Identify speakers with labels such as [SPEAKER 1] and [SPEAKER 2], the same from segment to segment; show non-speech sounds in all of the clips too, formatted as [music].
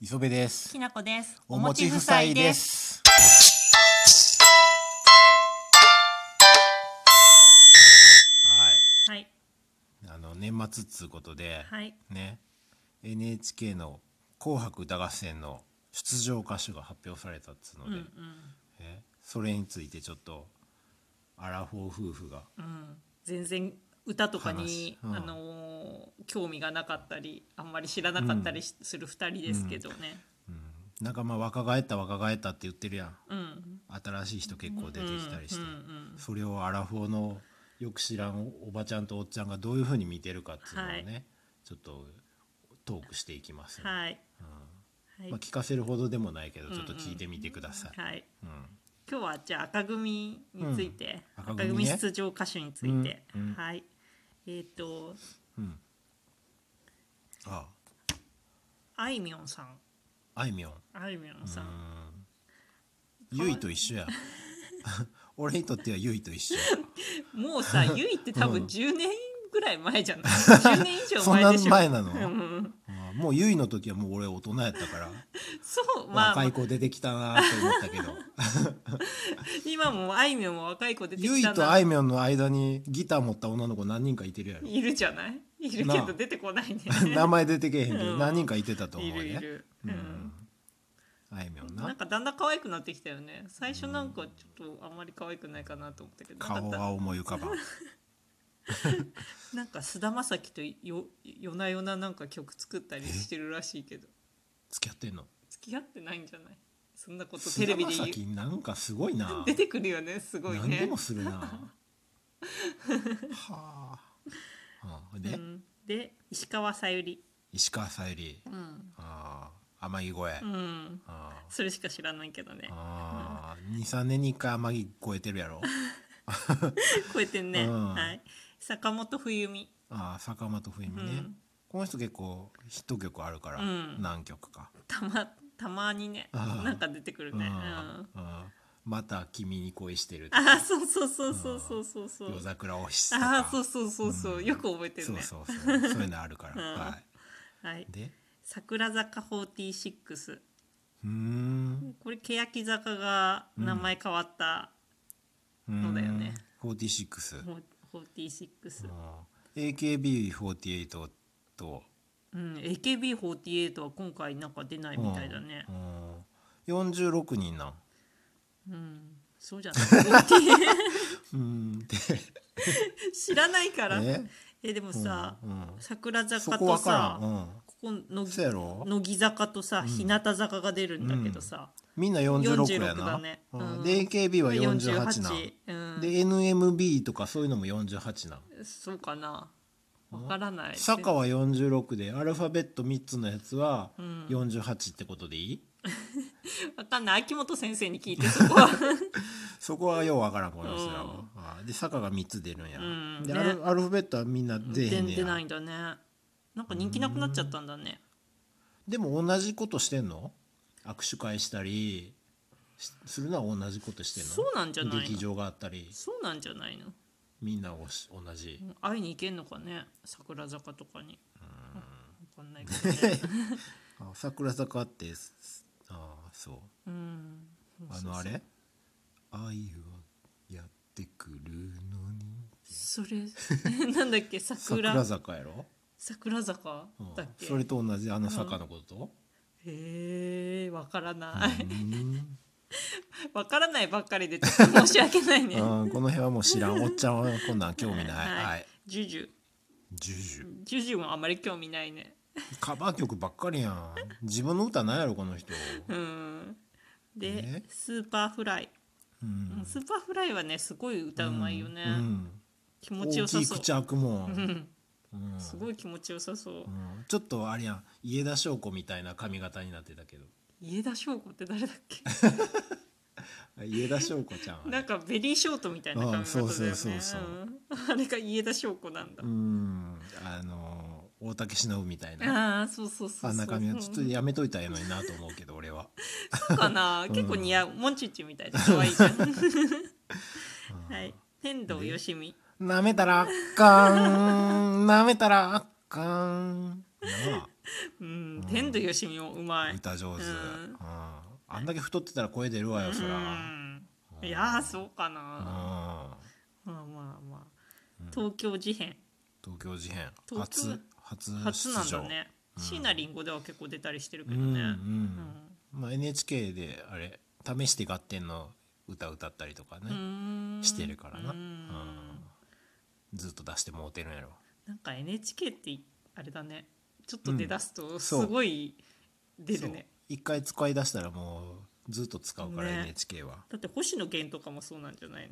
[SPEAKER 1] 磯部です
[SPEAKER 2] きなこです。
[SPEAKER 1] お餅夫妻で。す
[SPEAKER 2] はい。
[SPEAKER 1] はいあの年末っつうことで、
[SPEAKER 2] はい。
[SPEAKER 1] ね NHK の「紅白歌合戦」の出場歌手が発表されたっつうの
[SPEAKER 2] う
[SPEAKER 1] で、
[SPEAKER 2] んうん。
[SPEAKER 1] ねそれについてちょっとアラフォー夫婦が
[SPEAKER 2] うん。全然歌とかに、
[SPEAKER 1] 話うん
[SPEAKER 2] あのー興味がなかったり、あんまり知らなかったりしする二人ですけどね。
[SPEAKER 1] なんかまあ若返った若返ったって言ってるやん
[SPEAKER 2] うん。
[SPEAKER 1] 新しい人結構出てきたりして、
[SPEAKER 2] うんうん
[SPEAKER 1] それをアラフォーのよく知らんおばちゃんとおっちゃんがどういうふうに見てるかっていうのをね、
[SPEAKER 2] は
[SPEAKER 1] ちょっとトークしていきます
[SPEAKER 2] うん
[SPEAKER 1] ので、
[SPEAKER 2] はい。はい
[SPEAKER 1] まあ、聞かせるほどでもないけどちょっと聞いてみてください。
[SPEAKER 2] はい。
[SPEAKER 1] うん
[SPEAKER 2] 今日はじゃあ赤組について、
[SPEAKER 1] うん
[SPEAKER 2] 赤
[SPEAKER 1] 赤組
[SPEAKER 2] 組
[SPEAKER 1] ね
[SPEAKER 2] 出場歌手について、
[SPEAKER 1] うんうん
[SPEAKER 2] はい。えっ、と、
[SPEAKER 1] うんあ
[SPEAKER 2] あいみょんさん。
[SPEAKER 1] あいみょん
[SPEAKER 2] あいみょんさん。
[SPEAKER 1] ゆいと一緒や [laughs] 俺にと [laughs] ってはゆいと一緒
[SPEAKER 2] もうさ、ゆいって多
[SPEAKER 1] う
[SPEAKER 2] 分
[SPEAKER 1] ん
[SPEAKER 2] 10年ぐらい前
[SPEAKER 1] [laughs]
[SPEAKER 2] じゃない ?10 年以上
[SPEAKER 1] そん
[SPEAKER 2] 前
[SPEAKER 1] な
[SPEAKER 2] でしょ。
[SPEAKER 1] 前なの、
[SPEAKER 2] うん
[SPEAKER 1] ああもうゆいの時はもう俺大人やったから、
[SPEAKER 2] そう、ま
[SPEAKER 1] 若
[SPEAKER 2] あ
[SPEAKER 1] い、子出てきたなと思ったけど
[SPEAKER 2] 今もあいみょんも若い子出て
[SPEAKER 1] ゆ
[SPEAKER 2] き
[SPEAKER 1] い
[SPEAKER 2] た
[SPEAKER 1] とあ
[SPEAKER 2] な。
[SPEAKER 1] いみょんの間にギター持った女の子何人かいてるやろ
[SPEAKER 2] いるじゃないいるけ
[SPEAKER 1] なあ
[SPEAKER 2] ど出てこないね。
[SPEAKER 1] 名前出てけへんけど
[SPEAKER 2] うん
[SPEAKER 1] 何人かいてたと思
[SPEAKER 2] [laughs] いう
[SPEAKER 1] ね
[SPEAKER 2] るいる。
[SPEAKER 1] う
[SPEAKER 2] うん
[SPEAKER 1] ん、あいみょん
[SPEAKER 2] なん
[SPEAKER 1] な
[SPEAKER 2] かだんだん可愛くなってきたよね。最初なんかちょっとあんまり可愛くないかなと思ったけど、
[SPEAKER 1] 顔
[SPEAKER 2] なん
[SPEAKER 1] が
[SPEAKER 2] か
[SPEAKER 1] 思い浮かばん
[SPEAKER 2] なんか菅田将暉とよ夜な夜ななんか曲作ったりしてるらしいけど、
[SPEAKER 1] 付き合ってんの
[SPEAKER 2] 付き合ってないんじゃないそんなことテ
[SPEAKER 1] 菅
[SPEAKER 2] レビ
[SPEAKER 1] 田
[SPEAKER 2] で
[SPEAKER 1] 将
[SPEAKER 2] 言う
[SPEAKER 1] 暉なんかすごいな
[SPEAKER 2] 出てくるよね、すごい
[SPEAKER 1] 何で
[SPEAKER 2] ね
[SPEAKER 1] も。するなはあ、うん、で、
[SPEAKER 2] うんで、石川さゆり。
[SPEAKER 1] 石川さゆり
[SPEAKER 2] うん。
[SPEAKER 1] ああ天城越え、
[SPEAKER 2] うん。
[SPEAKER 1] ああ
[SPEAKER 2] それしか知らないけどね。
[SPEAKER 1] ああ23年に1回天城超えてるやろ
[SPEAKER 2] 超えてんね、
[SPEAKER 1] うん
[SPEAKER 2] はい坂本冬美
[SPEAKER 1] ああ坂本冬美ね、
[SPEAKER 2] うん
[SPEAKER 1] この人結構ヒット曲あるから、
[SPEAKER 2] うん
[SPEAKER 1] 何曲か、
[SPEAKER 2] たまたまにね
[SPEAKER 1] あー
[SPEAKER 2] なんか出てくるね、うん、
[SPEAKER 1] あ
[SPEAKER 2] あ
[SPEAKER 1] あまた君に恋してるとか
[SPEAKER 2] ーそうそうそうそうそうそうそう
[SPEAKER 1] 夜桜オフィスとか
[SPEAKER 2] あーそうそうそうそう、
[SPEAKER 1] うん
[SPEAKER 2] よく覚えてる
[SPEAKER 1] そう
[SPEAKER 2] ね
[SPEAKER 1] そうそうそういうのあるから、
[SPEAKER 2] [laughs] うん
[SPEAKER 1] はい
[SPEAKER 2] はい
[SPEAKER 1] で
[SPEAKER 2] 桜坂46
[SPEAKER 1] うーん
[SPEAKER 2] これ欅坂が名前変わった、
[SPEAKER 1] そう
[SPEAKER 2] だよね
[SPEAKER 1] 46、
[SPEAKER 2] もう46、
[SPEAKER 1] AKB48 と
[SPEAKER 2] うん、AKB48 は今回なんか出ないみたいだね
[SPEAKER 1] うん46人なん
[SPEAKER 2] うん、そうじゃない
[SPEAKER 1] うんで
[SPEAKER 2] 知らないから
[SPEAKER 1] ね
[SPEAKER 2] えでもさ、
[SPEAKER 1] うん
[SPEAKER 2] 桜
[SPEAKER 1] そ
[SPEAKER 2] 坂
[SPEAKER 1] こ
[SPEAKER 2] と
[SPEAKER 1] わ
[SPEAKER 2] さ
[SPEAKER 1] からん、うん、
[SPEAKER 2] ここ乃木
[SPEAKER 1] そうやろ
[SPEAKER 2] 乃木坂とさ日向坂が出るんだけどさ、
[SPEAKER 1] みんな46や
[SPEAKER 2] 46
[SPEAKER 1] な
[SPEAKER 2] だね
[SPEAKER 1] う
[SPEAKER 2] うんん
[SPEAKER 1] で AKB は48な
[SPEAKER 2] 48、うん、
[SPEAKER 1] で NMB とかそういうのも48なん
[SPEAKER 2] そうかなわからない
[SPEAKER 1] 坂は46でアルファベット3つのやつは
[SPEAKER 2] うん
[SPEAKER 1] 48ってことでいい、
[SPEAKER 2] わかんない秋元先生に聞いてそこは
[SPEAKER 1] そこはようわからんこの人らも、ああで坂が3つ出るんや、
[SPEAKER 2] うん
[SPEAKER 1] で
[SPEAKER 2] ね
[SPEAKER 1] アルアルファベットはみんな [laughs] 出へ
[SPEAKER 2] 全
[SPEAKER 1] ん
[SPEAKER 2] 然
[SPEAKER 1] ね
[SPEAKER 2] 出
[SPEAKER 1] や
[SPEAKER 2] ないんだねなんか人気なくなっちゃったんだね
[SPEAKER 1] でも同じことしてんの握手会したりしするのは同じことしてんの
[SPEAKER 2] そうなんじゃないの
[SPEAKER 1] 劇場があったり
[SPEAKER 2] そうなんじゃないの
[SPEAKER 1] みんなおし同じ
[SPEAKER 2] 会いに行けんのかね桜坂とかにわかんないけど
[SPEAKER 1] [laughs]
[SPEAKER 2] ね
[SPEAKER 1] あ桜坂ってすすああそう
[SPEAKER 2] うん
[SPEAKER 1] あのあれ愛をやってくるのに
[SPEAKER 2] それ [laughs] なんだっけ
[SPEAKER 1] 桜
[SPEAKER 2] 桜
[SPEAKER 1] 坂やろ、
[SPEAKER 2] 桜坂
[SPEAKER 1] うん
[SPEAKER 2] だっけ
[SPEAKER 1] それと同じあの坂のこと、
[SPEAKER 2] へえわから [laughs] な
[SPEAKER 1] う
[SPEAKER 2] い
[SPEAKER 1] ん
[SPEAKER 2] わからないばっかりでちょっと申し訳ないね。
[SPEAKER 1] うん、この辺はもう知らんおっちゃんはこんなん興味ない、
[SPEAKER 2] はい
[SPEAKER 1] はい、
[SPEAKER 2] ジュジュ、
[SPEAKER 1] ジュジュ
[SPEAKER 2] ジュジュもあまり興味ないね。
[SPEAKER 1] カバー曲ばっかりやん自分の歌ないやろこの人、
[SPEAKER 2] うん。
[SPEAKER 1] ね
[SPEAKER 2] で、スーパーフライ。
[SPEAKER 1] うん
[SPEAKER 2] スーパーフライはね、すごい歌うまいよね。
[SPEAKER 1] うん
[SPEAKER 2] 気持ち
[SPEAKER 1] 大
[SPEAKER 2] よさ
[SPEAKER 1] きい
[SPEAKER 2] そう。
[SPEAKER 1] 口開くも、
[SPEAKER 2] うんん、
[SPEAKER 1] うん
[SPEAKER 2] すごい気持ちよさそう
[SPEAKER 1] う。んちょっとあれやん家田翔子みたいな髪型になってたけど
[SPEAKER 2] 家田翔子って誰だっけ？
[SPEAKER 1] 家田翔子ちゃんあれ
[SPEAKER 2] なんかベリーショートみたいな
[SPEAKER 1] あ
[SPEAKER 2] 髪
[SPEAKER 1] あ
[SPEAKER 2] 型だよね。
[SPEAKER 1] そうそうそうそうん
[SPEAKER 2] [laughs] あれが家田翔子なんだ
[SPEAKER 1] う。んあの大竹しのぶみたいな
[SPEAKER 2] ああ、そうそうそうそう。
[SPEAKER 1] あんな髪型ちょっとやめといたらええのになと思うけど俺は
[SPEAKER 2] そうかな。結構似合う。モンチッチみたいで可愛いじゃん。 [laughs] はい。天童よしみ。
[SPEAKER 1] なめたらあかんなめたらあかんなあ
[SPEAKER 2] うん、天童よしみもうまい。
[SPEAKER 1] 歌上手、
[SPEAKER 2] う
[SPEAKER 1] うんんあんだけ太ってたら声出るわよそら、うん
[SPEAKER 2] うん、いやーそうかな、まあまあまあ東京事変
[SPEAKER 1] 東京事変
[SPEAKER 2] 東京
[SPEAKER 1] 初初
[SPEAKER 2] 初
[SPEAKER 1] 出
[SPEAKER 2] なん
[SPEAKER 1] 場
[SPEAKER 2] だね椎名林檎では結構出たりしてるけ
[SPEAKER 1] う
[SPEAKER 2] ど
[SPEAKER 1] んうん、
[SPEAKER 2] ね、
[SPEAKER 1] まあ、NHK であれ「試して合点」の歌歌ったりとかね、
[SPEAKER 2] うん
[SPEAKER 1] してるからな、
[SPEAKER 2] う
[SPEAKER 1] うんんずっと出してもうてるんやろ
[SPEAKER 2] なんか NHK ってあれだねちょっと出だすとす
[SPEAKER 1] そう
[SPEAKER 2] ごい出るね、
[SPEAKER 1] そう一回使い出したらもうずっと使うから、
[SPEAKER 2] ね
[SPEAKER 1] NHK は
[SPEAKER 2] だって星野源とかもそうなんじゃない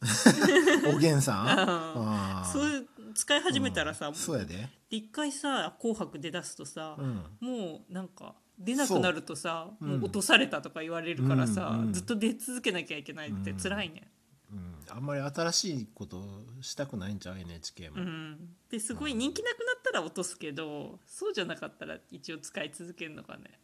[SPEAKER 2] の
[SPEAKER 1] おげんさ
[SPEAKER 2] [laughs]
[SPEAKER 1] んあー
[SPEAKER 2] そういう使い始めたらさ、
[SPEAKER 1] うんそうやで
[SPEAKER 2] で一回さ「紅白」出だすとさ、
[SPEAKER 1] うん
[SPEAKER 2] もうなんか出なくなるとさ
[SPEAKER 1] う
[SPEAKER 2] もう
[SPEAKER 1] うん
[SPEAKER 2] 落とされたとか言われるからさ、
[SPEAKER 1] うんうん
[SPEAKER 2] ずっと出続けなきゃいけないって辛いね。
[SPEAKER 1] うん、あんまり新しいことしたくないんちゃう NHK も、
[SPEAKER 2] うん、ですごい人気なくなったら落とすけどそうじゃなかったら一応使い続けるのかね。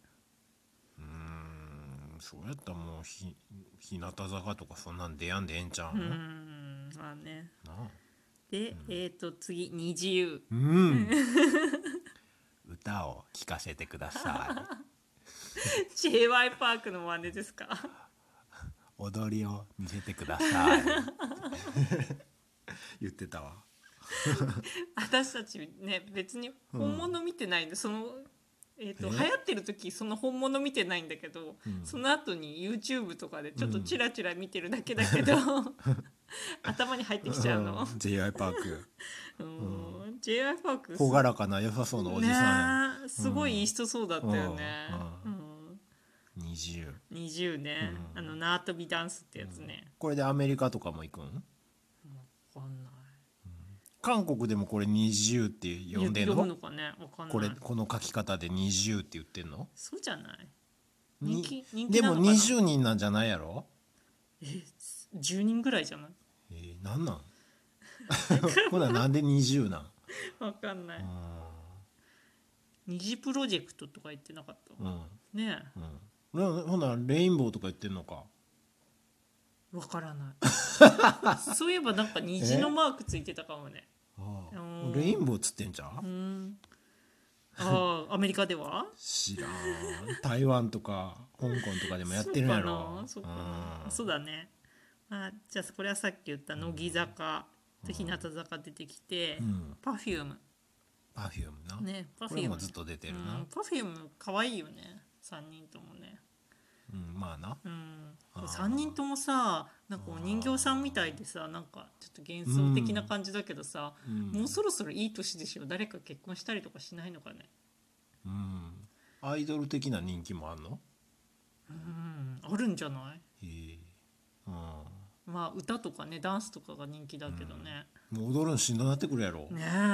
[SPEAKER 1] うーんそうやったらもうひ日向坂とかそんなん出やんでええんちゃう、
[SPEAKER 2] うん
[SPEAKER 1] な
[SPEAKER 2] ーんまあね
[SPEAKER 1] あ
[SPEAKER 2] で、えっ、と次「二自由 [laughs]
[SPEAKER 1] うん歌を聴かせてください
[SPEAKER 2] j y パークの真似ですか
[SPEAKER 1] 踊りを見せてください [laughs] 言ってたわ
[SPEAKER 2] 私たちね別に本物見てないんで、その、えー、と
[SPEAKER 1] え
[SPEAKER 2] 流行ってる時その本物見てないんだけど、
[SPEAKER 1] うん
[SPEAKER 2] その後に YouTube とかでちょっとチラチラ見てるだけ
[SPEAKER 1] [laughs]
[SPEAKER 2] だけど、頭に入ってきちゃうの。
[SPEAKER 1] j i パー [laughs] ク
[SPEAKER 2] うん、j y パーク
[SPEAKER 1] 朗らかな良さそうなおじさん
[SPEAKER 2] ねえすごいいい人そうだったよね、う
[SPEAKER 1] うん20
[SPEAKER 2] 20ね、
[SPEAKER 1] うん
[SPEAKER 2] あの縄跳びダンスってやつね、
[SPEAKER 1] これでアメリカとかも行くん
[SPEAKER 2] わかんない
[SPEAKER 1] 韓国でもこれ20って呼んでんの
[SPEAKER 2] 読むのかねわかんない
[SPEAKER 1] これこの書き方で20って言ってんの
[SPEAKER 2] そうじゃない人
[SPEAKER 1] に
[SPEAKER 2] 気人気
[SPEAKER 1] で
[SPEAKER 2] なの
[SPEAKER 1] も
[SPEAKER 2] かな
[SPEAKER 1] 20人なんじゃないやろ
[SPEAKER 2] 10人ぐらいじゃない
[SPEAKER 1] えー、なん
[SPEAKER 2] [laughs]
[SPEAKER 1] なんほななんで20なん
[SPEAKER 2] わかんない、二次プロジェクトとか言ってなかった、
[SPEAKER 1] うん
[SPEAKER 2] ね
[SPEAKER 1] うんうんほなレインボーとか言ってんのか
[SPEAKER 2] えわからない [laughs] そういえばなんか虹のマークついてたかもね
[SPEAKER 1] ああ
[SPEAKER 2] うん
[SPEAKER 1] レインボーっつってんじゃ
[SPEAKER 2] うんんああアメリカでは
[SPEAKER 1] 知らん台湾とか香港とかでも [laughs] やってるんやろ
[SPEAKER 2] そうかなそうか
[SPEAKER 1] う
[SPEAKER 2] なんそうだねあじゃあこれはさっき言った乃木坂と日向坂出てきて、
[SPEAKER 1] うん
[SPEAKER 2] パフューム
[SPEAKER 1] Perfume な、
[SPEAKER 2] ねパフ
[SPEAKER 1] こ
[SPEAKER 2] ュ
[SPEAKER 1] れ
[SPEAKER 2] ーム
[SPEAKER 1] もずっと出てる
[SPEAKER 2] う、
[SPEAKER 1] なん
[SPEAKER 2] パフューム可愛いよね3人ともね
[SPEAKER 1] うんまあな
[SPEAKER 2] うん
[SPEAKER 1] あー
[SPEAKER 2] 3人ともさなんかお人形さんみたいでさなんかちょっと幻想的な感じだけどさ、
[SPEAKER 1] うん
[SPEAKER 2] もうそろそろいい年でしょ誰か結婚したりとかしないのかね
[SPEAKER 1] うんアイドル的な人気もあんの
[SPEAKER 2] うんあるんじゃない
[SPEAKER 1] へえうん
[SPEAKER 2] まあ歌とかねダンスとかが人気だけどね、
[SPEAKER 1] もう踊るのしんどなってくるやろ、
[SPEAKER 2] ねえあん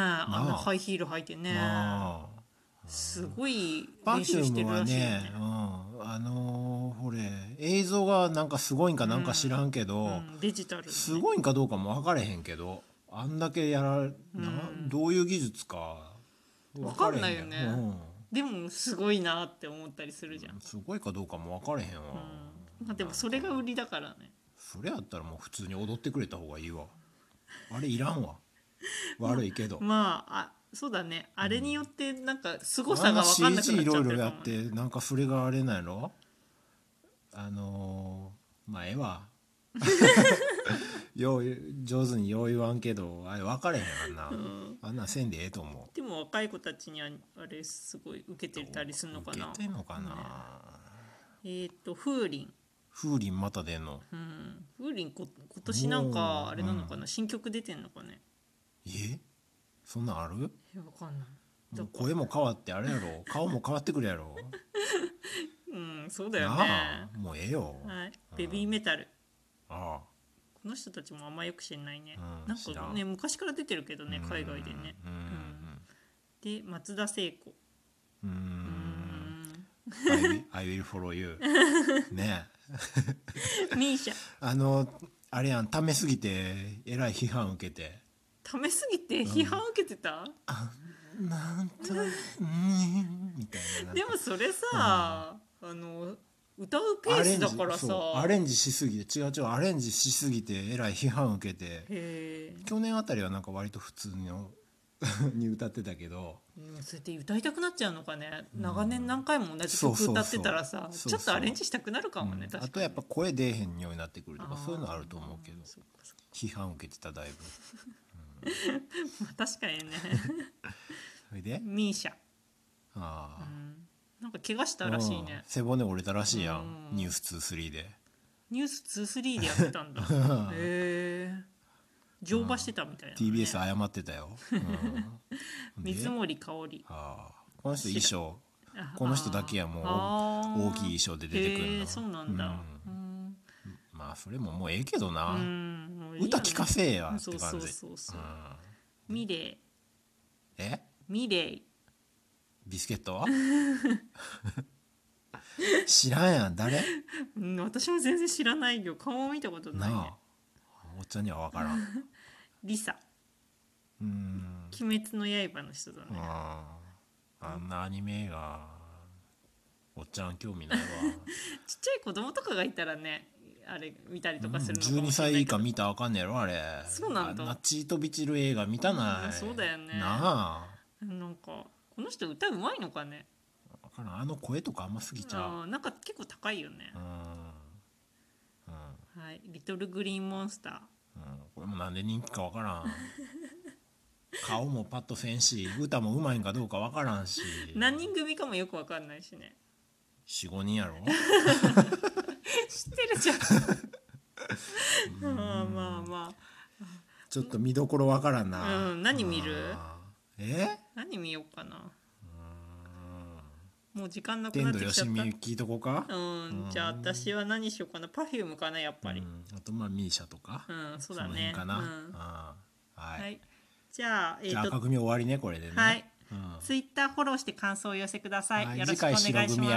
[SPEAKER 2] な
[SPEAKER 1] あ
[SPEAKER 2] ハイヒール履いてね
[SPEAKER 1] ああ
[SPEAKER 2] すごい
[SPEAKER 1] パ
[SPEAKER 2] 練
[SPEAKER 1] フュ
[SPEAKER 2] 習し
[SPEAKER 1] ー
[SPEAKER 2] てる
[SPEAKER 1] ム
[SPEAKER 2] ら
[SPEAKER 1] は
[SPEAKER 2] しいよ
[SPEAKER 1] ね
[SPEAKER 2] ね
[SPEAKER 1] うん、あのーほれ映像がなんかすごいんかなんか知らんけど、
[SPEAKER 2] うん、デジタル
[SPEAKER 1] すごいんかどうかも分かれへんけどあんだけやら、などういう技術か分
[SPEAKER 2] かんないよね
[SPEAKER 1] かれへんやん
[SPEAKER 2] でもすごいなって思ったりするじゃん
[SPEAKER 1] う、ん、すごいかどうかも分かれへんわ、
[SPEAKER 2] まあ、でもそれが売りだからね
[SPEAKER 1] それやったらもう普通に踊ってくれた方がいいわあれいらんわ悪いけど、
[SPEAKER 2] まああそうだねあれによってなんか凄
[SPEAKER 1] あ
[SPEAKER 2] さ
[SPEAKER 1] ん
[SPEAKER 2] が
[SPEAKER 1] な
[SPEAKER 2] 分かんなく
[SPEAKER 1] CG
[SPEAKER 2] なっ
[SPEAKER 1] い
[SPEAKER 2] ち
[SPEAKER 1] ろ
[SPEAKER 2] ゃっ
[SPEAKER 1] いろ
[SPEAKER 2] てるか
[SPEAKER 1] や
[SPEAKER 2] も、
[SPEAKER 1] ってなんかそれがあれないのあのー、まあええ
[SPEAKER 2] [laughs]
[SPEAKER 1] わよう上手によう言わんけどあれ分かれへんあんな、あんなんせんでええと思
[SPEAKER 2] でも若い子たちにはあれすごい受けて
[SPEAKER 1] う
[SPEAKER 2] たりするのかな
[SPEAKER 1] 受けてんのかな、
[SPEAKER 2] えっ、と風鈴
[SPEAKER 1] 風鈴また出んの
[SPEAKER 2] うん風鈴こ今年な
[SPEAKER 1] お
[SPEAKER 2] んか
[SPEAKER 1] ー
[SPEAKER 2] あれなのかな、新曲出てんのかね
[SPEAKER 1] えそんなんある
[SPEAKER 2] え分かんない
[SPEAKER 1] もう声も変わってあれや
[SPEAKER 2] [laughs]
[SPEAKER 1] ろ顔も変わってくるやろ
[SPEAKER 2] うんそうだよね
[SPEAKER 1] なあもうええよ、
[SPEAKER 2] はいベビーメタル
[SPEAKER 1] ああ
[SPEAKER 2] この人たちもあんまよく知らないね、
[SPEAKER 1] うん
[SPEAKER 2] なん
[SPEAKER 1] 知
[SPEAKER 2] からね
[SPEAKER 1] ん
[SPEAKER 2] 昔から出てるけどね海外でね
[SPEAKER 1] うん
[SPEAKER 2] で松田聖子
[SPEAKER 1] うんうん
[SPEAKER 2] うん
[SPEAKER 1] うん I will- I will follow you ねえ
[SPEAKER 2] ミーシャ
[SPEAKER 1] あのあれやんためすぎてえらい批判受けて
[SPEAKER 2] ためすぎて批判受けてた、
[SPEAKER 1] なんとなくうんみたいななんか
[SPEAKER 2] でもそれさ、あの歌うペースだからさ
[SPEAKER 1] そうアレンジしすぎて違う違うアレンジしすぎてえらい批判受けて
[SPEAKER 2] へえ
[SPEAKER 1] 去年あたりはなんか割と普通の [laughs] に歌ってたけど
[SPEAKER 2] うん、それで歌いたくなっちゃうのかね
[SPEAKER 1] うん
[SPEAKER 2] 長年何回も同じ
[SPEAKER 1] そうそうそ
[SPEAKER 2] 曲
[SPEAKER 1] う
[SPEAKER 2] 歌ってたらさ
[SPEAKER 1] そうそう
[SPEAKER 2] ちょっとアレンジしたくなるかもね、
[SPEAKER 1] うん
[SPEAKER 2] 確かに
[SPEAKER 1] あとやっぱ声出えへんようになってくるとかそういうのあると思うけど
[SPEAKER 2] あーそっかそっか
[SPEAKER 1] 批判を受けてただいぶ
[SPEAKER 2] まあ確か [laughs] にね
[SPEAKER 1] それで
[SPEAKER 2] ミーシャ、
[SPEAKER 1] あ
[SPEAKER 2] う
[SPEAKER 1] あ
[SPEAKER 2] ん、なんか怪我したらしい
[SPEAKER 1] うん
[SPEAKER 2] ね
[SPEAKER 1] 背骨折れたらしいやん
[SPEAKER 2] うん
[SPEAKER 1] ニュース23で
[SPEAKER 2] ニュース23でやってたんだ
[SPEAKER 1] [laughs]
[SPEAKER 2] へえ乗馬してたみたいな、ね、
[SPEAKER 1] TBS 謝ってたよ、
[SPEAKER 2] [laughs]
[SPEAKER 1] うんで
[SPEAKER 2] 水森かおり
[SPEAKER 1] ああこの人衣装
[SPEAKER 2] あ
[SPEAKER 1] この人だけやもう
[SPEAKER 2] あー
[SPEAKER 1] 大きい衣装で出てくるの
[SPEAKER 2] へえそうなんだうん、
[SPEAKER 1] まあそれももうええけどな、
[SPEAKER 2] うんもういいよね
[SPEAKER 1] 歌聞かせえやって
[SPEAKER 2] そ
[SPEAKER 1] 感
[SPEAKER 2] う
[SPEAKER 1] じ
[SPEAKER 2] そうそうそううんミレイ
[SPEAKER 1] え
[SPEAKER 2] ミレイ
[SPEAKER 1] ビスケットは [laughs] 知らんやん誰
[SPEAKER 2] うん、私も全然知らないよ顔も見たことない、ね
[SPEAKER 1] なあ、おっちゃんには分からん
[SPEAKER 2] リサ
[SPEAKER 1] うん
[SPEAKER 2] 鬼滅の刃の人だね、
[SPEAKER 1] ああんなアニメ映画おっちゃん興味ない
[SPEAKER 2] [laughs]
[SPEAKER 1] わ
[SPEAKER 2] ちっちゃい子供とかがいたらねあれ見たりとかするのか
[SPEAKER 1] 12
[SPEAKER 2] もしれな
[SPEAKER 1] 歳
[SPEAKER 2] い
[SPEAKER 1] 以
[SPEAKER 2] けど
[SPEAKER 1] 下見たらあかんねやろあれ
[SPEAKER 2] そうなんだ
[SPEAKER 1] あチートビチる映画見たない、
[SPEAKER 2] うんそうだよね
[SPEAKER 1] なあ
[SPEAKER 2] なんかこの人歌うまいのかね
[SPEAKER 1] わからんあの声とかあんま好きちゃう
[SPEAKER 2] あーなんか結構高いよね
[SPEAKER 1] う、んうん
[SPEAKER 2] はい「リトル・グリーン・モンスター
[SPEAKER 1] うんこれもなんで人気かわから
[SPEAKER 2] [laughs]
[SPEAKER 1] ん顔もパッとせんし歌もうまいんかどうかわからんし」
[SPEAKER 2] 何人組かもよくわかんないしね
[SPEAKER 1] 45人やろ
[SPEAKER 2] 知ってる
[SPEAKER 1] [laughs]
[SPEAKER 2] じゃんあーまあま
[SPEAKER 1] ちょっと見どころわからんな、
[SPEAKER 2] うん何見る
[SPEAKER 1] あーえ
[SPEAKER 2] あ何見ようかな
[SPEAKER 1] うん
[SPEAKER 2] もう時間なくな
[SPEAKER 1] 天
[SPEAKER 2] っ
[SPEAKER 1] 童
[SPEAKER 2] て
[SPEAKER 1] よ
[SPEAKER 2] きちゃ
[SPEAKER 1] し
[SPEAKER 2] っ
[SPEAKER 1] み
[SPEAKER 2] た
[SPEAKER 1] 聞いとこうか、
[SPEAKER 2] うんじゃあ私は何しようかな Perfume かなやっぱり
[SPEAKER 1] うんあとまあミーシャとか、
[SPEAKER 2] うん、そ
[SPEAKER 1] そ
[SPEAKER 2] うだ
[SPEAKER 1] の
[SPEAKER 2] ね
[SPEAKER 1] 辺。かな、
[SPEAKER 2] うん
[SPEAKER 1] うんはい、
[SPEAKER 2] はい。じゃあ、えっ、
[SPEAKER 1] じゃあ
[SPEAKER 2] と
[SPEAKER 1] 赤、組終わりねこれでね
[SPEAKER 2] はい
[SPEAKER 1] うん
[SPEAKER 2] ツイッターフォローして感想を寄せください。
[SPEAKER 1] はい
[SPEAKER 2] よろしくお願いし
[SPEAKER 1] 次回白
[SPEAKER 2] ま
[SPEAKER 1] 組
[SPEAKER 2] す。